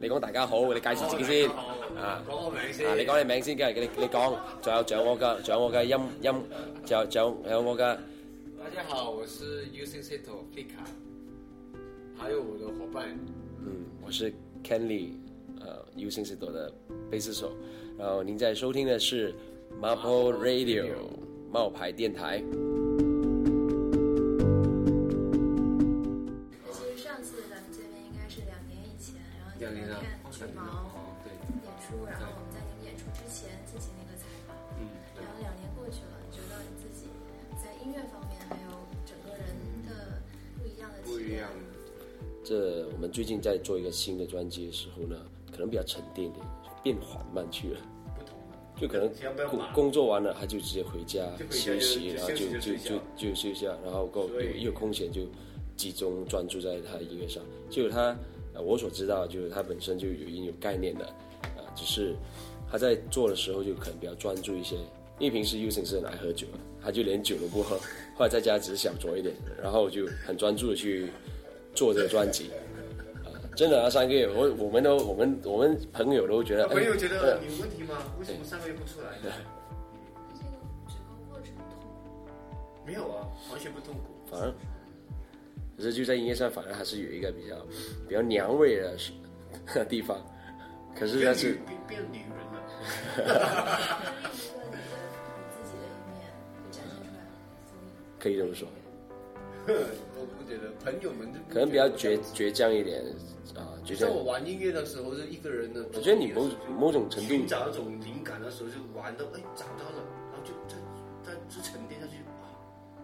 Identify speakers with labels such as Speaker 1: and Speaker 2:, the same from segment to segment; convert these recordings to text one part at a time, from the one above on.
Speaker 1: 你講大家好，你介紹自己先啊。
Speaker 2: 講個名先。
Speaker 1: 啊！你講你名先，跟住你你講，仲有仲有我嘅，仲有我嘅音音，仲有仲有我嘅
Speaker 2: 大家好，我是 UC c i t o Fika，还有我的伙伴。
Speaker 1: 嗯，我是 Ken Lee，呃，U 星星朵的贝斯手。然后您在收听的是 Maple Radio 冒牌电台。
Speaker 3: 可是上次咱们见面应该是两年以前，然后你
Speaker 2: 两年
Speaker 3: 们
Speaker 2: 了
Speaker 3: 看去嗯毛
Speaker 2: 哦对
Speaker 3: 演出，然后我们在你们演出之前进行了一个采访。
Speaker 2: 嗯对
Speaker 3: 然后两年过去了，你觉得你自己在音乐方面还有整个人的不一样的
Speaker 2: 不
Speaker 3: 体
Speaker 2: 一
Speaker 3: 验
Speaker 2: 样？，
Speaker 1: 这我们最近在做一个新的专辑的时候呢，可能比较沉淀一点，变缓慢去了。
Speaker 2: 不同啊的。
Speaker 1: 就可能
Speaker 2: 先不要
Speaker 1: 工
Speaker 2: 忙
Speaker 1: 工作完了，他就直接回家
Speaker 2: 就回家
Speaker 1: 休息，
Speaker 2: 就
Speaker 1: 然后
Speaker 2: 就
Speaker 1: 就就
Speaker 2: 休息就睡觉
Speaker 1: 就就休息啊，然后够
Speaker 2: 所
Speaker 1: 有
Speaker 2: 以
Speaker 1: 有空闲就集中专注在他的音乐上。就他，呃，我所知道就是他本身就有已经有概念的，啊、只是他在做的时候就可能比较专注一些，因为平时 U 先生很爱喝酒嘛，他就连酒都不喝，后来在家只是小酌一点，然后就很专注的去做这个专辑。啊，真的啊，三个月，我我们都我们我们朋友都觉得，哎
Speaker 2: 朋友觉
Speaker 1: 呃
Speaker 2: 得有问题吗？为什么三个月不出来呢？
Speaker 3: 那这个整个过程痛苦
Speaker 2: 没有啊，完全不痛苦。
Speaker 1: 反而，可是就在音乐上，反而还是有一个比较比较娘味的是地方。可是
Speaker 2: 变
Speaker 1: 但
Speaker 2: 女
Speaker 1: 是
Speaker 2: 变变女人了。
Speaker 3: 吗，就是另一个你的你自己的一面会展现出来，所以
Speaker 1: 可以这么说，
Speaker 2: 我不觉得，朋友们就
Speaker 1: 可能比较倔。倔强一点啊，倔
Speaker 2: 在
Speaker 1: 强。
Speaker 2: 我玩音乐的时候，是一个人的。
Speaker 1: 我觉得你某某种程
Speaker 2: 寻
Speaker 1: 度，
Speaker 2: 找一种灵感的时候，就玩到哎找到了，然后就再再就沉淀下去啊，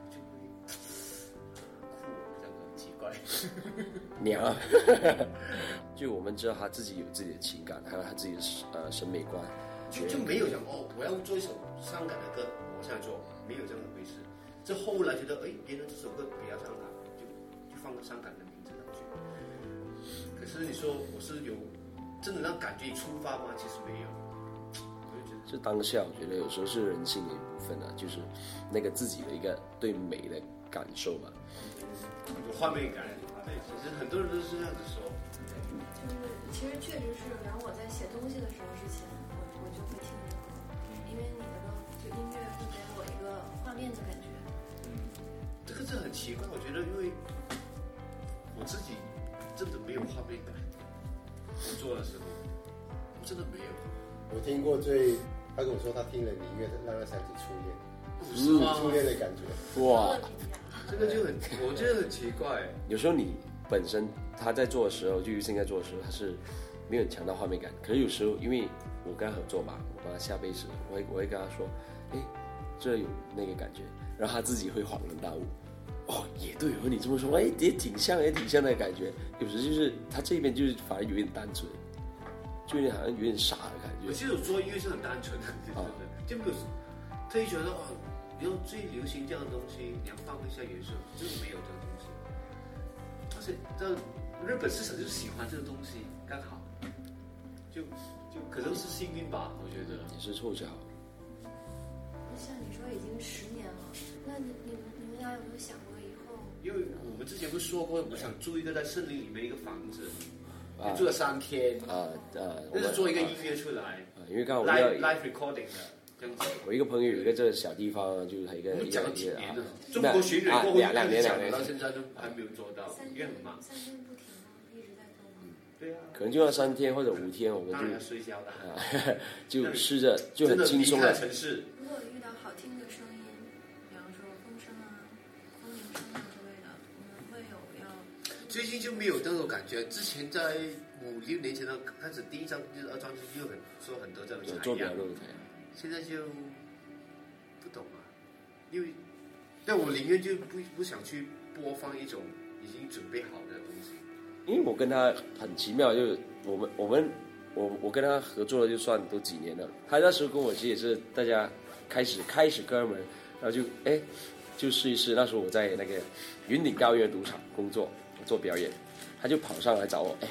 Speaker 2: 就会呃酷这样很奇怪。
Speaker 1: 娘 啊，就我们知道他自己有自己的情感，还有他自己的呃审美观。
Speaker 2: 就就没有讲哦，我要做一首伤感的歌，我现在做，没有这样的回事。这后来觉得，哎，别人这首歌比较伤感，就就放个伤感的名字上去。可是你说我是有真的让感觉出发吗？其实没有，我就觉得
Speaker 1: 就当下，我觉得有时候是人性的一部分啊，就是那个自己的一个对美的感受吧。
Speaker 2: 有画面感。对，其实很多人都是这样子说。
Speaker 3: 就是其实确实是，然后我在写东西的时候之前，我我就会听你的歌，因为你的歌就音乐会给我一个画面的感觉。
Speaker 2: 这个这很奇怪，我觉得因为我自己真的没有画面感，我做的时候我真的没有，
Speaker 4: 我听过最，他跟我说他听了你音乐的《让那三子初恋
Speaker 1: 嗯
Speaker 2: 不是吗》，？
Speaker 4: 初恋的感觉。
Speaker 1: 哇！
Speaker 2: 这个就很，我觉得很奇怪。
Speaker 1: 有时候你本身他在做的时候，就是现在做的时候，他是没有很强的画面感。可是有时候，因为我跟他合作嘛，我帮他下杯时，我会我会跟他说，哎，这有那个感觉，然后他自己会恍然大悟， 哦，也对，和你这么说，哎，也挺像，也挺像那个感觉。有时就是他这边就是反而有点单纯，就有点好像有点傻的感
Speaker 2: 我
Speaker 1: 觉。
Speaker 2: 其实我做音乐是很单纯的，真
Speaker 1: 啊
Speaker 2: 的，就没有特意觉得哦，你要最流行这样的东西，你要放一下元素，就是没有这个东西。而且这日本市场就喜欢这个东西，刚好，就就可能是幸运吧，我觉得。
Speaker 1: 也是凑巧，
Speaker 3: 就像你说已经十年了，那你你们你们俩有没有想过以后？
Speaker 2: 因为我们之前不是说过，我想租一个在森林里面一个房子，
Speaker 1: 啊
Speaker 2: 就住了三天，
Speaker 1: 啊啊，我
Speaker 2: 那
Speaker 1: 们
Speaker 2: 是做一个
Speaker 1: 啊
Speaker 2: 音乐出来
Speaker 1: 啊因为刚好我们
Speaker 2: ，live
Speaker 1: 要。啊
Speaker 2: live recording 的这样子。
Speaker 1: 我一个朋友有一个这个小地方啊，就是他一个
Speaker 2: 我们
Speaker 1: 一
Speaker 2: 讲
Speaker 1: 个
Speaker 2: 了
Speaker 1: 一
Speaker 2: 几
Speaker 1: 个
Speaker 2: 年
Speaker 1: 啊
Speaker 2: 了，中国巡
Speaker 1: 啊
Speaker 2: 演过后
Speaker 1: 两两年两
Speaker 2: 讲
Speaker 1: 年
Speaker 2: 到现在都还没有做到，
Speaker 3: 三
Speaker 2: 因为
Speaker 3: 天
Speaker 2: 很忙。
Speaker 3: 三天不停吗？一直在做吗？
Speaker 2: 对啊，
Speaker 1: 可能就要三天或者五天，我们
Speaker 2: 当然要
Speaker 1: 就
Speaker 2: 睡觉了。
Speaker 1: 啊， 就试着就
Speaker 2: 真
Speaker 1: 很
Speaker 2: 的
Speaker 1: 轻松
Speaker 2: 离开
Speaker 1: 的，
Speaker 2: 城市，
Speaker 3: 如果遇到好听的声音，比方说风声啊、风铃声啊之类的，你们会有要
Speaker 2: 最近就没有那种感觉。之前在五六年前的开始第一张、第二张就又很说很多这种
Speaker 1: 有
Speaker 2: 采
Speaker 1: 做表
Speaker 2: 样，
Speaker 1: 露台。
Speaker 2: 现在就不懂了，因为但我宁愿就不不想去播放一种已经准备好的东西。
Speaker 1: 因为我跟他很奇妙，就是我们我们我我跟他合作了，就算都几年了。他那时候跟我其实也是大家开始开始哥们，然后就哎就试一试。那时候我在那个云顶高原赌场工作，我做表演，他就跑上来找我，哎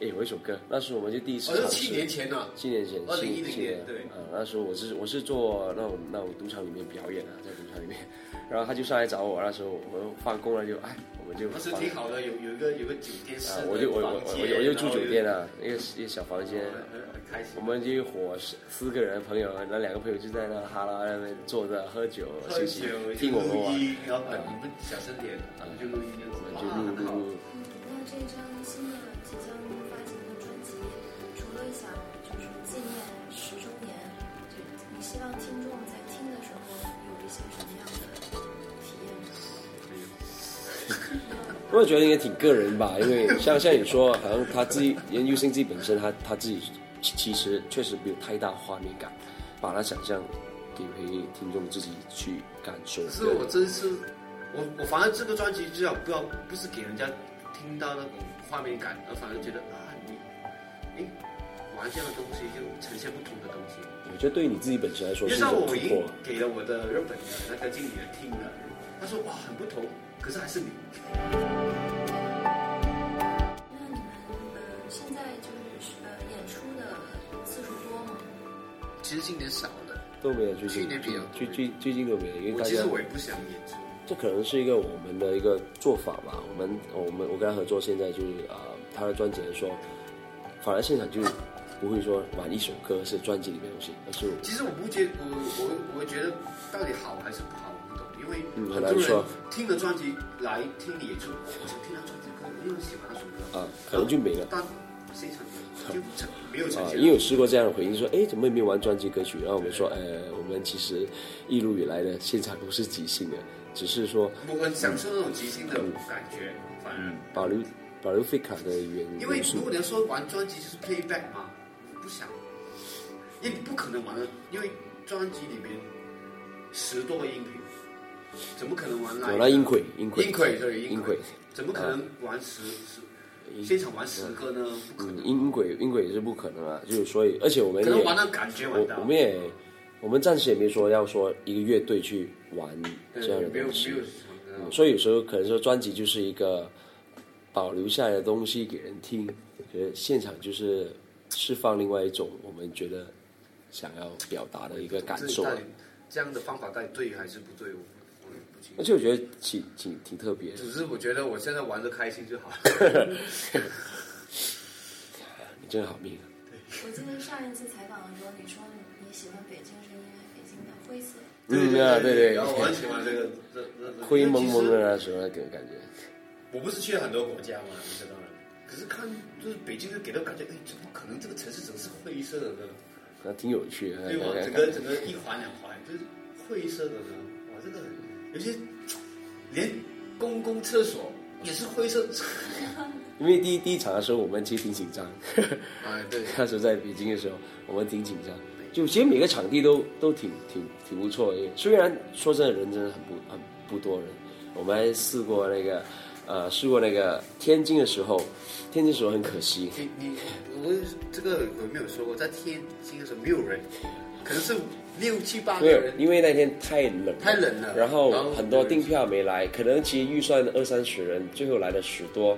Speaker 1: 哎，有一首歌，那时候我们就第一次
Speaker 2: 哦我是
Speaker 1: 尝试。
Speaker 2: 七年前啊呢，
Speaker 1: 七年前，
Speaker 2: 2010
Speaker 1: 七
Speaker 2: 年
Speaker 1: 七年
Speaker 2: 对
Speaker 1: 啊、那时候我是我是做那种那种赌场里面表演啊，在赌场里面，然后他就上来找我，那时候我们放工了就哎，我们就
Speaker 2: 当时
Speaker 1: 放
Speaker 2: 挺好的，有有一个有个酒店式
Speaker 1: 啊
Speaker 2: 的，
Speaker 1: 我就我我
Speaker 2: 房
Speaker 1: 我
Speaker 2: 间
Speaker 1: 我我就住酒店，
Speaker 2: 然
Speaker 1: 啊，一个一个小房间，
Speaker 2: 后很很很开心
Speaker 1: 我。们就一伙四四个人朋友，那两个朋友就在那哈拉那边坐着喝酒休息，听我们
Speaker 2: 录
Speaker 1: 玩，
Speaker 2: 音，然后呃你们小声点，我们就录音，
Speaker 1: 我们就录
Speaker 2: 很好。
Speaker 1: 录录，
Speaker 3: 嗯，那这张新的即将发行的专辑，除了想就是纪念十周年，就你希望听众在听的时候有一些什么样的体验呢？
Speaker 1: 我觉得应该挺个人吧，因为像像你说，好像他自己研究生自己本身他他自己其其实确实没有太大画面感，把他想象给给听众自己去感受。
Speaker 2: 可是我这一次，我我反正这个专辑至少不要不是给人家听到那种画面感，而反而觉得啊你，哎，玩这样的东西就呈现不同的东西。
Speaker 1: 我觉得对你自己本身来说
Speaker 2: 就
Speaker 1: 一
Speaker 2: 是像
Speaker 1: 种
Speaker 2: 我
Speaker 1: 突
Speaker 2: 已经
Speaker 1: 破。
Speaker 2: 给了我的日本的那个经理人听了，他说哇很不同，可是还是你。
Speaker 3: 那你们呃现在就是呃演出的次数多吗？
Speaker 2: 其实今年少了，
Speaker 1: 都没有最
Speaker 2: 去
Speaker 1: 近
Speaker 2: 年比较多
Speaker 1: 最最最近都没有，因为
Speaker 2: 我
Speaker 1: 大
Speaker 2: 其
Speaker 1: 家
Speaker 2: 实我也不想演出。
Speaker 1: 这可能是一个我们的一个做法吧。我们我们我跟他合作，现在就是啊、呃他的专辑来说，反而现场就不会说玩一首歌是专辑里面的东西，而是
Speaker 2: 其实我不觉我我我觉得到底好还是不好，我不懂，因为
Speaker 1: 嗯
Speaker 2: 很
Speaker 1: 很
Speaker 2: 多
Speaker 1: 难说
Speaker 2: 人听了专辑来听你演出，我想听他专辑歌，我又很喜欢那首歌，
Speaker 1: 啊、可能就没了。
Speaker 2: 但现场就成没有呈
Speaker 1: 啊，
Speaker 2: 现。
Speaker 1: 因为有试过这样的回应，说，哎，怎么也没有玩专辑歌曲？然后我们说，呃，我们其实一路以来的现场都是即兴的，只是说
Speaker 2: 我很享受那种即兴的感觉，反而。
Speaker 1: 嗯保留保留费卡的元
Speaker 2: 因为
Speaker 1: 元素
Speaker 2: 如果你要说玩专辑就是 playback 嘛，我不想，因为你不可能玩的，因为专辑里面十多个音频，怎么可能玩
Speaker 1: 有
Speaker 2: live？
Speaker 1: 那音轨，音轨，
Speaker 2: 音轨对音
Speaker 1: 音轨，
Speaker 2: 轨
Speaker 1: 啊
Speaker 2: 怎么可能玩十十现场玩十个呢？不可
Speaker 1: 嗯，
Speaker 2: 能，
Speaker 1: 音轨音轨是不可能啊，就是所以，而且我们
Speaker 2: 可
Speaker 1: 也
Speaker 2: 能玩到感觉玩
Speaker 1: 我
Speaker 2: 到
Speaker 1: 我，们也我们暂时也没说要说一个乐队去玩
Speaker 2: 对
Speaker 1: 这样的
Speaker 2: 没有
Speaker 1: 东
Speaker 2: 没
Speaker 1: 西，
Speaker 2: 有
Speaker 1: 嗯所以有时候可能说专辑就是一个保留下来的东西给人听，可是现场就是释放另外一种我们觉得想要表达的一个感受啊
Speaker 2: 这。到底这样的方法到底对还是不对？我我也不清
Speaker 1: 而
Speaker 2: 楚。
Speaker 1: 且我觉得挺挺挺特别的，
Speaker 2: 只是我觉得我现在玩的开心就好了。
Speaker 1: 你真好命啊！
Speaker 3: 我记得上一次采访的时候，你说你喜欢北京是因为北京的灰色。
Speaker 1: 嗯啊，对对
Speaker 2: 然后，我很喜欢这个这这这
Speaker 1: 灰蒙蒙的那时候那种感觉。
Speaker 2: 我不是去了很多国家嘛，你知道吗？可是看就是北京就给人感觉，哎，怎么可能这个城市总是灰色的呢？
Speaker 1: 那挺有趣的，
Speaker 2: 对吧？
Speaker 1: 那种
Speaker 2: 整个
Speaker 1: 感觉
Speaker 2: 整个一环两环就是灰色的呢，哇，这个有些连公共厕所也是灰色。
Speaker 1: 因为第一第一场的时候，我们其实挺紧张，
Speaker 2: 哎，对，
Speaker 1: 那时候在北京的时候，我们挺紧张，就其实每个场地都都挺挺挺不错的。虽然说真的，人真的很不很不多人。我们还试过那个，呃，试过那个天津的时候，天津的时候很可惜，
Speaker 2: 你你我这个有没有说过，在天津的时候没有人，可能是六七八个
Speaker 1: 没有
Speaker 2: 人，，
Speaker 1: 因为那天太冷了，
Speaker 2: 太冷了
Speaker 1: 然后
Speaker 2: 然后
Speaker 1: 很多订票没来，可能其实预算二三十人，最后来了十多，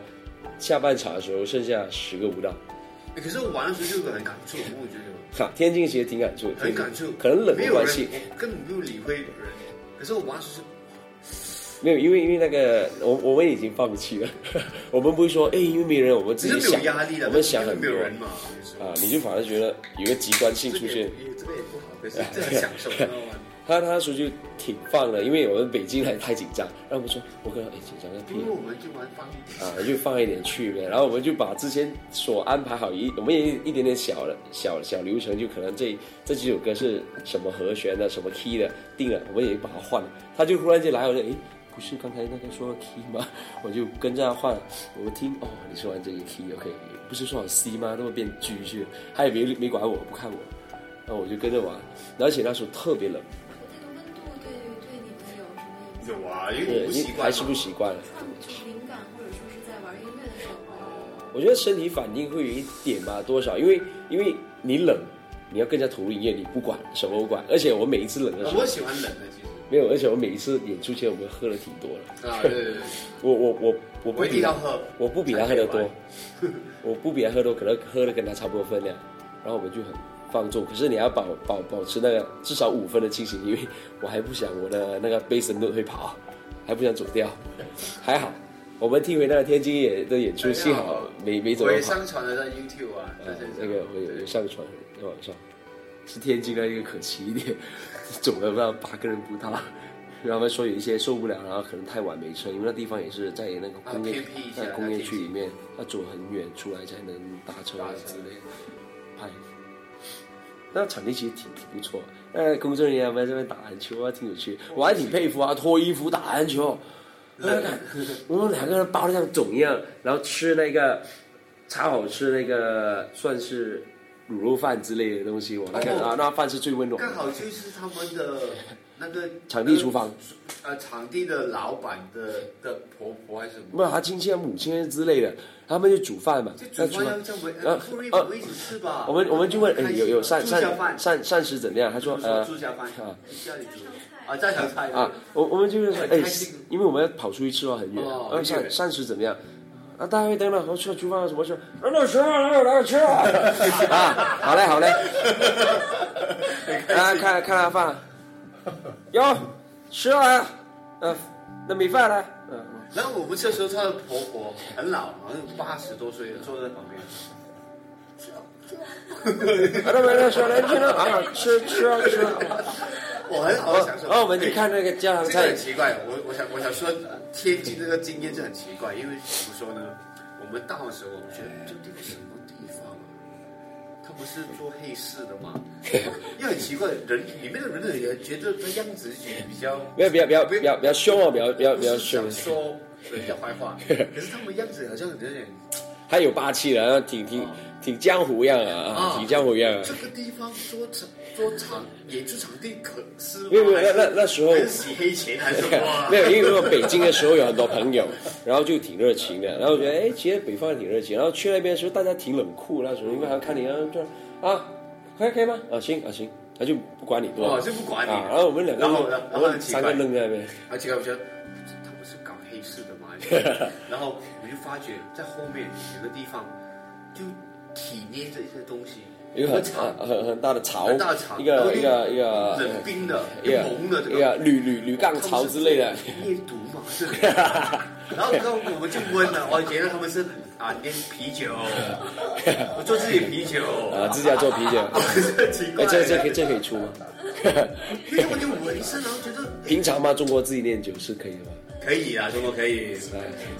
Speaker 1: 下半场的时候剩下十个不到。
Speaker 2: 哎可是我玩的时候就很感触，我觉得。
Speaker 1: 哈，天津其实挺感触，
Speaker 2: 很感触，
Speaker 1: 可能冷
Speaker 2: 没
Speaker 1: 的
Speaker 2: 有
Speaker 1: 关
Speaker 2: 人
Speaker 1: 系。
Speaker 2: 我根本没有理会人。可是我玩的时候
Speaker 1: 没有，因为因为那个我我们已经放弃了， 我们不会说哎，因为没人，我们自
Speaker 2: 只
Speaker 1: 己
Speaker 2: 是没
Speaker 1: 想
Speaker 2: 有压力的，
Speaker 1: 我们想
Speaker 2: 因为
Speaker 1: 很
Speaker 2: 没
Speaker 1: 多
Speaker 2: 有人嘛，
Speaker 1: 啊，你就反而觉得有一个极端性出现。
Speaker 2: 也这个也不好，可是这很享受，你知道吗？
Speaker 1: 他他说就挺放的，因为我们北京还太紧张，然后我们说我跟他哎紧张个屁
Speaker 2: 因为我们就玩放一点，
Speaker 1: 啊，就放一点去呗。然后我们就把之前所安排好一，我们也一点点小的小小流程，就可能这这几首歌是什么和弦的，什么 key 的定了，我们也把它换了。他就忽然间来，我说哎。不是刚才那个说的 key 吗？ 我就跟着他换，我听哦，你说完这个 key，OK，、不是说好 C 吗？怎么变 G 去了？他也没没管我，不看我，然后我就跟着玩。而且那时候特别冷，
Speaker 3: 这个温度对对你们有什么影响？
Speaker 2: 有啊，因为
Speaker 1: 对
Speaker 2: 我
Speaker 1: 因
Speaker 2: 不
Speaker 1: 为
Speaker 2: 习惯嘛，
Speaker 1: 还是不习惯了。
Speaker 3: 创作灵感，或者说是在玩音乐的时候，
Speaker 1: 我觉得身体反应会有一点吧，多少，因为因为你冷，你要更加投入音乐，你不管什么不管。而且我每一次冷的时候
Speaker 2: 我喜欢冷的，其实
Speaker 1: 没有，而且我每一次演出前我们喝了挺多的。
Speaker 2: 啊，对对对，
Speaker 1: 我我我我不
Speaker 2: 我一定
Speaker 1: 比
Speaker 2: 要
Speaker 1: 他，
Speaker 2: 喝，
Speaker 1: 我不比他喝的
Speaker 2: 才可以
Speaker 1: 多
Speaker 2: 玩，
Speaker 1: 我不比他喝多，可能喝的跟他差不多分量，然后我们就很放纵。可是你要保保保持那个至少五分的清醒，因为我还不想我的那个 bass note 会跑，还不想走调，还好。我们听回那个天津夜的演出，幸好没没怎
Speaker 2: 我
Speaker 1: 么
Speaker 2: 也
Speaker 1: 跑。
Speaker 2: 上传了在 YouTube 啊，
Speaker 1: 呃
Speaker 2: 在
Speaker 1: 那
Speaker 2: 这，
Speaker 1: 个会有上传在网上，是天津的一个可惜一点，总了那八个人不到， 然后他们说有一些受不了，然后可能太晚没车，因为那地方也是在那个
Speaker 2: 啊
Speaker 1: 工业、
Speaker 2: 偏僻一下
Speaker 1: 在工业区
Speaker 2: 那
Speaker 1: 里面，要走很远出来才能搭车啊
Speaker 2: 搭
Speaker 1: 之
Speaker 2: 车
Speaker 1: 类的，拍。哎那场地其实挺挺不错，那工作人员们在那边打篮球啊，挺有趣，我还挺佩服啊，脱衣服打篮球，那个我们两个人包的像种一样，然后吃那个超好吃那个算是卤肉饭之类的东西，我那个、
Speaker 2: 哦
Speaker 1: 啊那饭是最温暖
Speaker 2: 刚
Speaker 1: 的。
Speaker 2: 好就是他们的那个
Speaker 1: 场地厨房，
Speaker 2: 呃，场地的老板的的婆婆还是什么？
Speaker 1: 没有他亲戚啊、母亲啊之类的，他们就煮饭嘛。
Speaker 2: 这
Speaker 1: 那
Speaker 2: 煮
Speaker 1: 煮
Speaker 2: 饭
Speaker 1: 饭
Speaker 2: 要，这样
Speaker 1: 呃
Speaker 2: 呃，不容易
Speaker 1: 呃
Speaker 2: 不会一起吃吧？
Speaker 1: 我们我们就问，哎，
Speaker 2: 开心
Speaker 1: 有有
Speaker 2: 吗
Speaker 1: 膳
Speaker 2: 住
Speaker 1: 膳
Speaker 2: 下饭
Speaker 1: 膳膳食怎么样？他
Speaker 2: 他
Speaker 1: 说，呃，
Speaker 2: 住下饭
Speaker 1: 啊，
Speaker 2: 家里
Speaker 3: 家
Speaker 2: 煮
Speaker 3: 常菜
Speaker 2: 啊，家常菜
Speaker 1: 啊，我我们就是说
Speaker 2: 很
Speaker 1: 哎
Speaker 2: 开心，
Speaker 1: 因为我们要跑出去吃到很远
Speaker 2: 哦
Speaker 1: 啊，
Speaker 2: 很
Speaker 1: 呃
Speaker 2: 远
Speaker 1: 膳膳食怎么样？啊，大家会等等，我去了厨房什么去？哪哪吃啊，哪哪吃啊？ 啊，好嘞好嘞，啊，看看下饭，哟，吃了，嗯，那米饭呢？嗯，
Speaker 2: 然后我们这时候她的婆婆很老，好像八十多岁了，坐在旁边。
Speaker 1: 啊，那边那说来听了啊，吃吃啊吃啊。
Speaker 2: 我很好
Speaker 1: 哦
Speaker 2: 享受。
Speaker 1: 哦，我们去看那个家常
Speaker 2: 这个
Speaker 1: 菜
Speaker 2: 很，奇怪，我我想我想说，天津这个经验就很奇怪，因为怎么说呢？我们到的时候，我们觉得这地方什么地方啊？他不是做黑市的吗？又很奇怪，人里面的人也觉得这样子也 比较
Speaker 1: 不要不要不要不要不要凶哦，不要不要不要凶
Speaker 2: 想，说人家坏 话，可是他们样子好像有点
Speaker 1: 他有霸气的，然后挺
Speaker 2: 哦
Speaker 1: 挺挺江湖样啊，啊，挺江湖样啊。
Speaker 2: 这个地方做场做场演出场地可是吗
Speaker 1: 没有没有那那那时候
Speaker 2: 还是洗黑钱还是什么啊
Speaker 1: ？没有，因为我北京的时候有很多朋友，然后就挺热情的，然后我觉得哎，其实北方挺热情，然后去那边的时候大家挺冷酷，那时候因为他看你啊，就啊，可以可以吗？啊行啊行，他就不管你多
Speaker 2: 哦，就不管你。
Speaker 1: 啊，然后我们两个
Speaker 2: 然后
Speaker 1: 就
Speaker 2: 呢
Speaker 1: 我
Speaker 2: 然后很
Speaker 1: 们
Speaker 2: 奇
Speaker 1: 三
Speaker 2: 怪
Speaker 1: 个，愣在那边，
Speaker 2: 而且我觉得他们是搞黑市的嘛， 然后我就发觉在后面有个地方就体验着一些东西，
Speaker 1: 有
Speaker 2: 个
Speaker 1: 很
Speaker 2: 厂
Speaker 1: 很很很大的槽
Speaker 2: 很大的，厂
Speaker 1: 一
Speaker 2: 然后
Speaker 1: 个
Speaker 2: 就
Speaker 1: 一个一个
Speaker 2: 冷冰的、
Speaker 1: 一个
Speaker 2: 红的这
Speaker 1: 一
Speaker 2: 个。
Speaker 1: 个铝铝铝杠槽之类的。
Speaker 2: 夜读嘛， 是。然后刚我们就问了，我觉得他们是啊，练啤酒， 我做自己啤酒，啊
Speaker 1: 啊，自己要做啤 酒，
Speaker 2: 奇怪
Speaker 1: 哎，，这这可以这可以出吗？
Speaker 2: 因为我就闻一声，然后觉得哎
Speaker 1: 平常嘛，中国自己酿酒是可以的嘛。
Speaker 2: 可以啊，中国可以，
Speaker 3: 现在还挺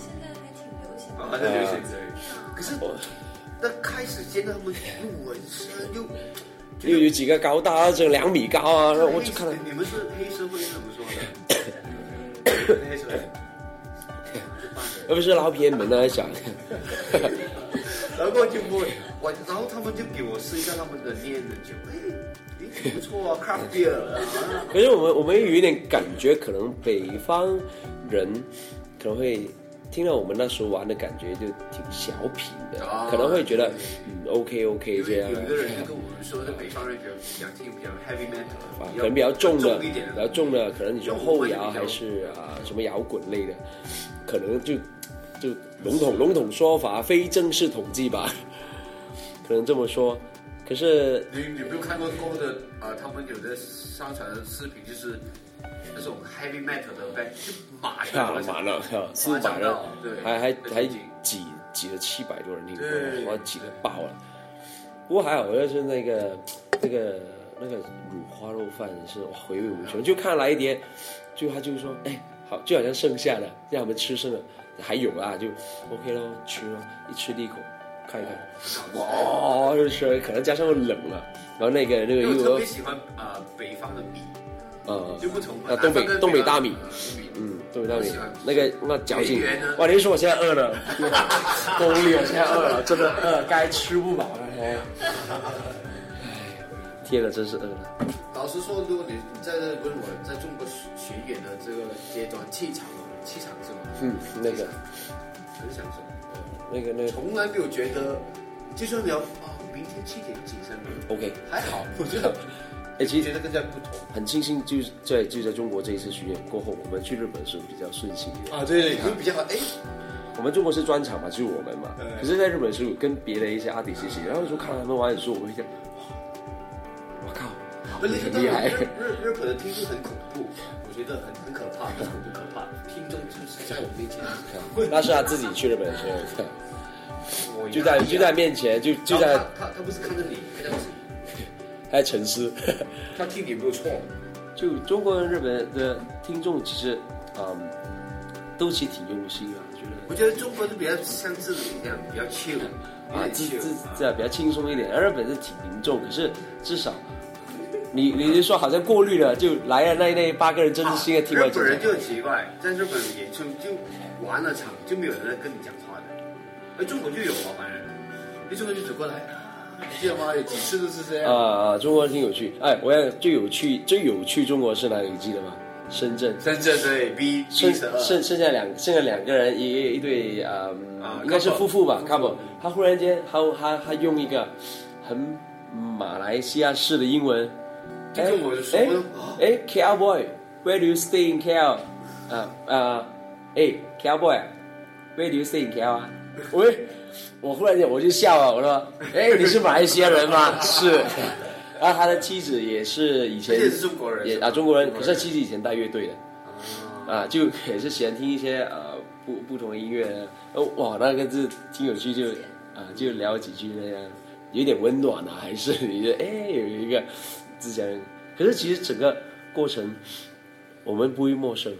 Speaker 3: 流行
Speaker 2: 啊，
Speaker 3: 的。
Speaker 2: 那就行，对。
Speaker 3: 对
Speaker 2: 可是那开始见到他们又纹身又，
Speaker 1: 又有几个高大，整两米高啊，然后我就看了，
Speaker 2: 你们是黑社会是怎么说的？黑社会。
Speaker 1: 而不是老偏门啊，想，
Speaker 2: 然后就不会，我然后他们就给我试一下他们的练的酒，哎，哎不错啊，craft beer 啊，
Speaker 1: 可是我们我们有一点感觉，可能北方人可能会听到我们那时候玩的感觉就挺小品的，
Speaker 2: 啊
Speaker 1: 可能会觉得嗯 OK
Speaker 2: 因
Speaker 1: OK 这
Speaker 2: 为
Speaker 1: 样
Speaker 2: 有
Speaker 1: 啊
Speaker 2: 一，个人就跟我们说，这北方人比较想听比较 heavy metal，
Speaker 1: 啊可能比较重的，
Speaker 2: 重一点
Speaker 1: 比较重的，可能你说后摇还是啊什么摇滚类的，可能就就笼统笼统说法，非正式统计吧， 可能这么说。可是
Speaker 2: 你你有没有看过过的啊、呃他们有的上传的视频就是那哎种 heavy metal 的 band，就马
Speaker 1: 看
Speaker 2: 上
Speaker 1: 啊完了，四五百人
Speaker 2: 了，对，
Speaker 1: 啊还还
Speaker 2: 对
Speaker 1: 还挤挤了七百多人听歌
Speaker 2: 对，
Speaker 1: 我挤得爆了。不过还好，要是那个那个那个卤花肉饭是哇回味无穷，就看来一碟，就他就说哎好，就好像剩下的让我们吃剩的还有啊，就 OK 咯，吃咯，一吃第一口看一看，哇，就吃了，可能加上冷了，然后那个那个
Speaker 2: 因为我
Speaker 1: 又
Speaker 2: 特别喜欢啊、呃北方的米，
Speaker 1: 呃
Speaker 2: 就不同
Speaker 1: 啊东北
Speaker 2: 南方跟
Speaker 1: 东北大米
Speaker 2: 米，米
Speaker 1: 嗯，对那
Speaker 2: 我
Speaker 1: 里
Speaker 2: 喜欢
Speaker 1: 那个那嚼劲
Speaker 2: 圆圆的，
Speaker 1: 哇！你说我现在饿了，功力，我现在饿了，真的饿，该吃不饱了。哎，天哪，真是饿了。
Speaker 2: 老实说，如果你你在这问我在中国巡演的这个阶段，气场啊，气场是吗？
Speaker 1: 嗯，那个
Speaker 2: 很享受，
Speaker 1: 那个那个
Speaker 2: 从来没有觉得，就算你要啊，明天七点起身，
Speaker 1: ，OK，
Speaker 2: 还好，我觉得
Speaker 1: 哎，其
Speaker 2: 觉
Speaker 1: 实
Speaker 2: 得更加不同
Speaker 1: 很庆幸，就是在就在中国这一次巡演过后，我们去日本是比较顺心一点。
Speaker 2: 啊，对，你会比较好，哎，
Speaker 1: 我们中国是专场嘛，就是我们嘛。
Speaker 2: 对
Speaker 1: 可是，在日本是跟别的一些阿迪一起，然后有时候看他们玩的时候，我会想，哇我靠，
Speaker 2: 不
Speaker 1: 你
Speaker 2: 是，
Speaker 1: 很厉 害。
Speaker 2: 日日日本的听众很恐怖，我觉得很很可怕，很恐怖可怕。听众就是在我面前，
Speaker 1: 那是他自己去日本的时候，
Speaker 2: 我
Speaker 1: 就在就在面前，就就
Speaker 2: 然
Speaker 1: 在
Speaker 2: 后他他他不是看着你，看着你，
Speaker 1: 还在沉思。
Speaker 5: 他听你有没有错？
Speaker 1: 就中国人、日本的听众，其实，嗯，都其实挺用心啊，觉得。
Speaker 2: 我觉得中国都比较像自己一样，比较 chill，
Speaker 1: 啊，自
Speaker 2: 有点
Speaker 1: 自
Speaker 2: chill，
Speaker 1: 这样比较轻松一点。而日本是挺凝重，可是至少你你就说好像过滤了，就来了那那八个人真啊是新的听
Speaker 2: 啊日
Speaker 1: 完
Speaker 2: 本人就很奇怪，在日本演出就完了场就没有人在跟你讲话的，而中国就有啊，反正一中国就走过来，你记得吗？有几次都是这
Speaker 1: 啊
Speaker 2: 样。
Speaker 1: 啊，中国人挺有趣。哎，我要最有趣最有趣中国是哪里？你记得吗？深圳。
Speaker 2: 深圳对 B
Speaker 1: 剩
Speaker 2: B 十二，
Speaker 1: 剩剩下两剩下两个人，一一一对呃
Speaker 2: 啊，
Speaker 1: 应该是
Speaker 2: couple
Speaker 1: 夫妇吧，couple。他忽然间，他他他用一个很马来西亚式的英文，
Speaker 2: 就跟我说
Speaker 1: 哎
Speaker 2: 啊
Speaker 1: 哎，KL boy，where do you stay in KL？啊啊，哎，KL boy，where do you stay in KL 啊？喂，我忽然间我就笑了，我 说，哎，你是马来西亚人 吗？是。然后他的妻子也是以前
Speaker 2: 而且是中国人
Speaker 1: 也
Speaker 2: 是吧
Speaker 1: 啊中国人，可是他妻子以前带乐队的。啊，就也是喜欢听一些呃不不同的音乐，呃哇，那个是挺有趣，就啊、就聊几句那样，有点温暖啊，还是 你觉得哎有一个自家人，可是其实整个过程我们不会陌生，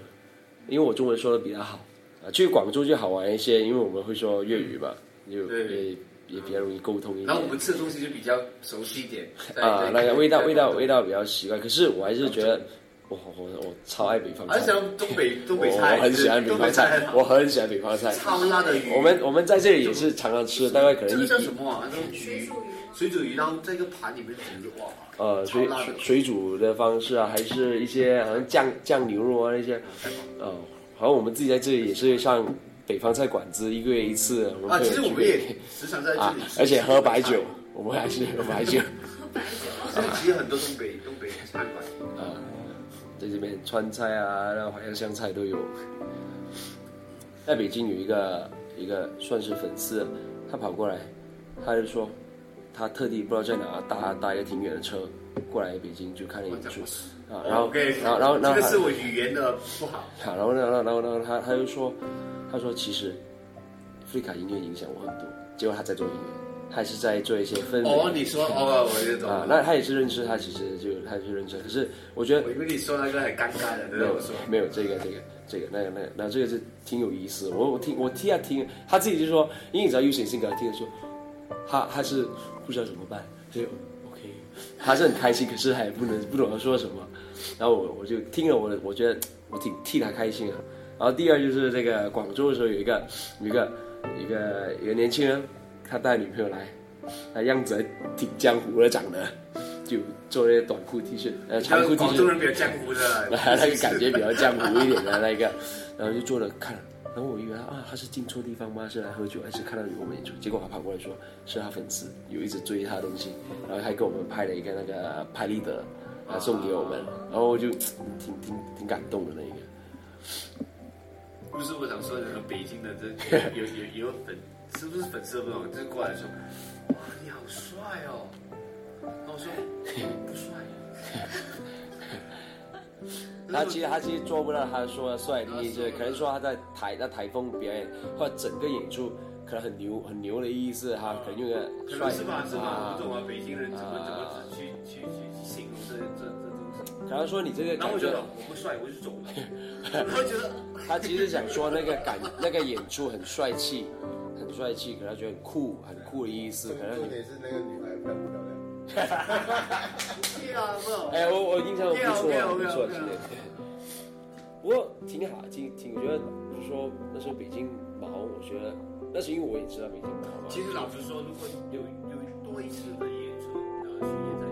Speaker 1: 因为我中文说的比较好啊，去广州就好玩一些，因为我们会说粤语嘛，就
Speaker 2: 对
Speaker 1: 也也比较容易沟通一点
Speaker 2: 然后我们吃的东西就比较熟悉一点，在
Speaker 1: 啊，那个味道味道味
Speaker 2: 道，
Speaker 1: 道比较奇怪，可是我还是觉得我我我超爱北方菜
Speaker 2: 而且。东 北东北
Speaker 1: 我
Speaker 2: 菜，
Speaker 1: 我很喜欢北
Speaker 2: 东
Speaker 1: 方
Speaker 2: 北
Speaker 1: 菜，我很喜欢北方菜。
Speaker 2: 超辣的鱼，
Speaker 1: 我们我们在这里也是常常吃，大概可
Speaker 2: 这
Speaker 1: 能
Speaker 2: 个
Speaker 1: 一
Speaker 2: 叫什么啊？那种
Speaker 3: 水
Speaker 2: 鱼
Speaker 3: 煮，鱼
Speaker 2: 水煮鱼，然后在一个盘里面煮，哇，
Speaker 1: 呃
Speaker 2: 超
Speaker 1: 水
Speaker 2: 辣的
Speaker 1: 水，水煮的方式啊，还是一些好像酱酱牛肉啊那些，呃，好像我们自己在这里也是上北方菜馆子，一个月一次。我
Speaker 2: 啊，
Speaker 1: 会
Speaker 2: 其
Speaker 1: 有
Speaker 2: 实我
Speaker 1: 聚
Speaker 2: 们
Speaker 1: 会
Speaker 2: 也时常在这
Speaker 1: 啊
Speaker 2: 里吃，，
Speaker 1: 而且喝白酒，啊我们还是喝白酒。
Speaker 3: 喝白酒。
Speaker 2: 现在其实很多东北东北餐馆，
Speaker 1: 啊，在这边川菜啊，然后淮扬湘菜都有。在北京有一个一个算是粉丝，他跑过来，他就说，他特地不知道在哪搭搭一个挺远的车过来北京就看了演出啊，然后
Speaker 2: 哦 OK，
Speaker 1: 然后然后然后
Speaker 2: 这个
Speaker 1: 他
Speaker 2: 是我语言的不好，
Speaker 1: 好，然后呢，然后然后然后他他就说，他说其实，弗里卡音乐影响我很多，结果他在做音乐，他还是在做一些氛围。
Speaker 2: 哦，你说哦，我就懂
Speaker 1: 啊
Speaker 2: 了，，
Speaker 1: 那他也是认识他，其实就他就认识，可是我觉得
Speaker 2: 我以为你说那个很尴尬的，对
Speaker 1: 没有
Speaker 2: 我说。
Speaker 1: 没有这个这个这个那个那个那这个是挺有意思。我我听我听啊听，他自己就说，因为你知道 U 型性格，听着说，他他是不知道怎么办，就 OK，他是很开心，可是还不能不懂要说什么。然后我我就听了我的，我觉得我挺替他开心啊。然后第二就是这个广州的时候有一个有一个有一个有个年轻人，他带女朋友来，他样子还挺江湖的，长得就做那些短裤 T 恤，呃
Speaker 2: 你知道
Speaker 1: 长裤 T
Speaker 2: 广
Speaker 1: 恤，
Speaker 2: 州。人比较江湖 的
Speaker 1: 那个感觉比较江湖一点的那个，然后就坐着看，然后我以为啊他是进错地方吗？是来喝酒还是看到我们演出？结果他跑过来说是他粉丝，有一直追他的东西，然后还给我们拍了一个那个拍立得，啊送给我们，然后我就挺挺挺感动的那一个。
Speaker 2: 不是我想说的，北京的这有有有有粉，是不是粉丝都不懂，就过来说，哇，你好帅哦。然后我说不帅。
Speaker 1: 他其实他其实做不到他说的帅的定义，就是可能说他在台在台风表演或者整个演出可能很牛很牛的意思，他可能用个
Speaker 2: 可
Speaker 1: 帅
Speaker 2: 能是吧，是吧？
Speaker 1: 啊
Speaker 2: 不，懂啊，北京人怎么怎
Speaker 1: 啊
Speaker 2: 么去去去去形容这这这东西？
Speaker 1: 可能说你这个
Speaker 2: 然后
Speaker 1: 感
Speaker 2: 我觉
Speaker 1: 觉
Speaker 2: 得我不帅，我就走 了。然后觉得啊
Speaker 1: 他其实想说那个感那个演出很帅气，很帅气，可能他觉得很酷，很酷的意思，可能
Speaker 4: 重点是那个女孩漂不漂亮？
Speaker 2: 对啊，不懂。
Speaker 1: 哎，我我印象不错
Speaker 2: OK 啊，
Speaker 1: 不
Speaker 2: OK 啊
Speaker 1: 错，
Speaker 2: OK 啊
Speaker 1: 今年。不过挺好，挺挺，我觉得就是说那时候北京毛，我觉得那是因为我也知道北京毛嘛。
Speaker 2: 呃其实老实说，如果有有多一次的演出，然后去演唱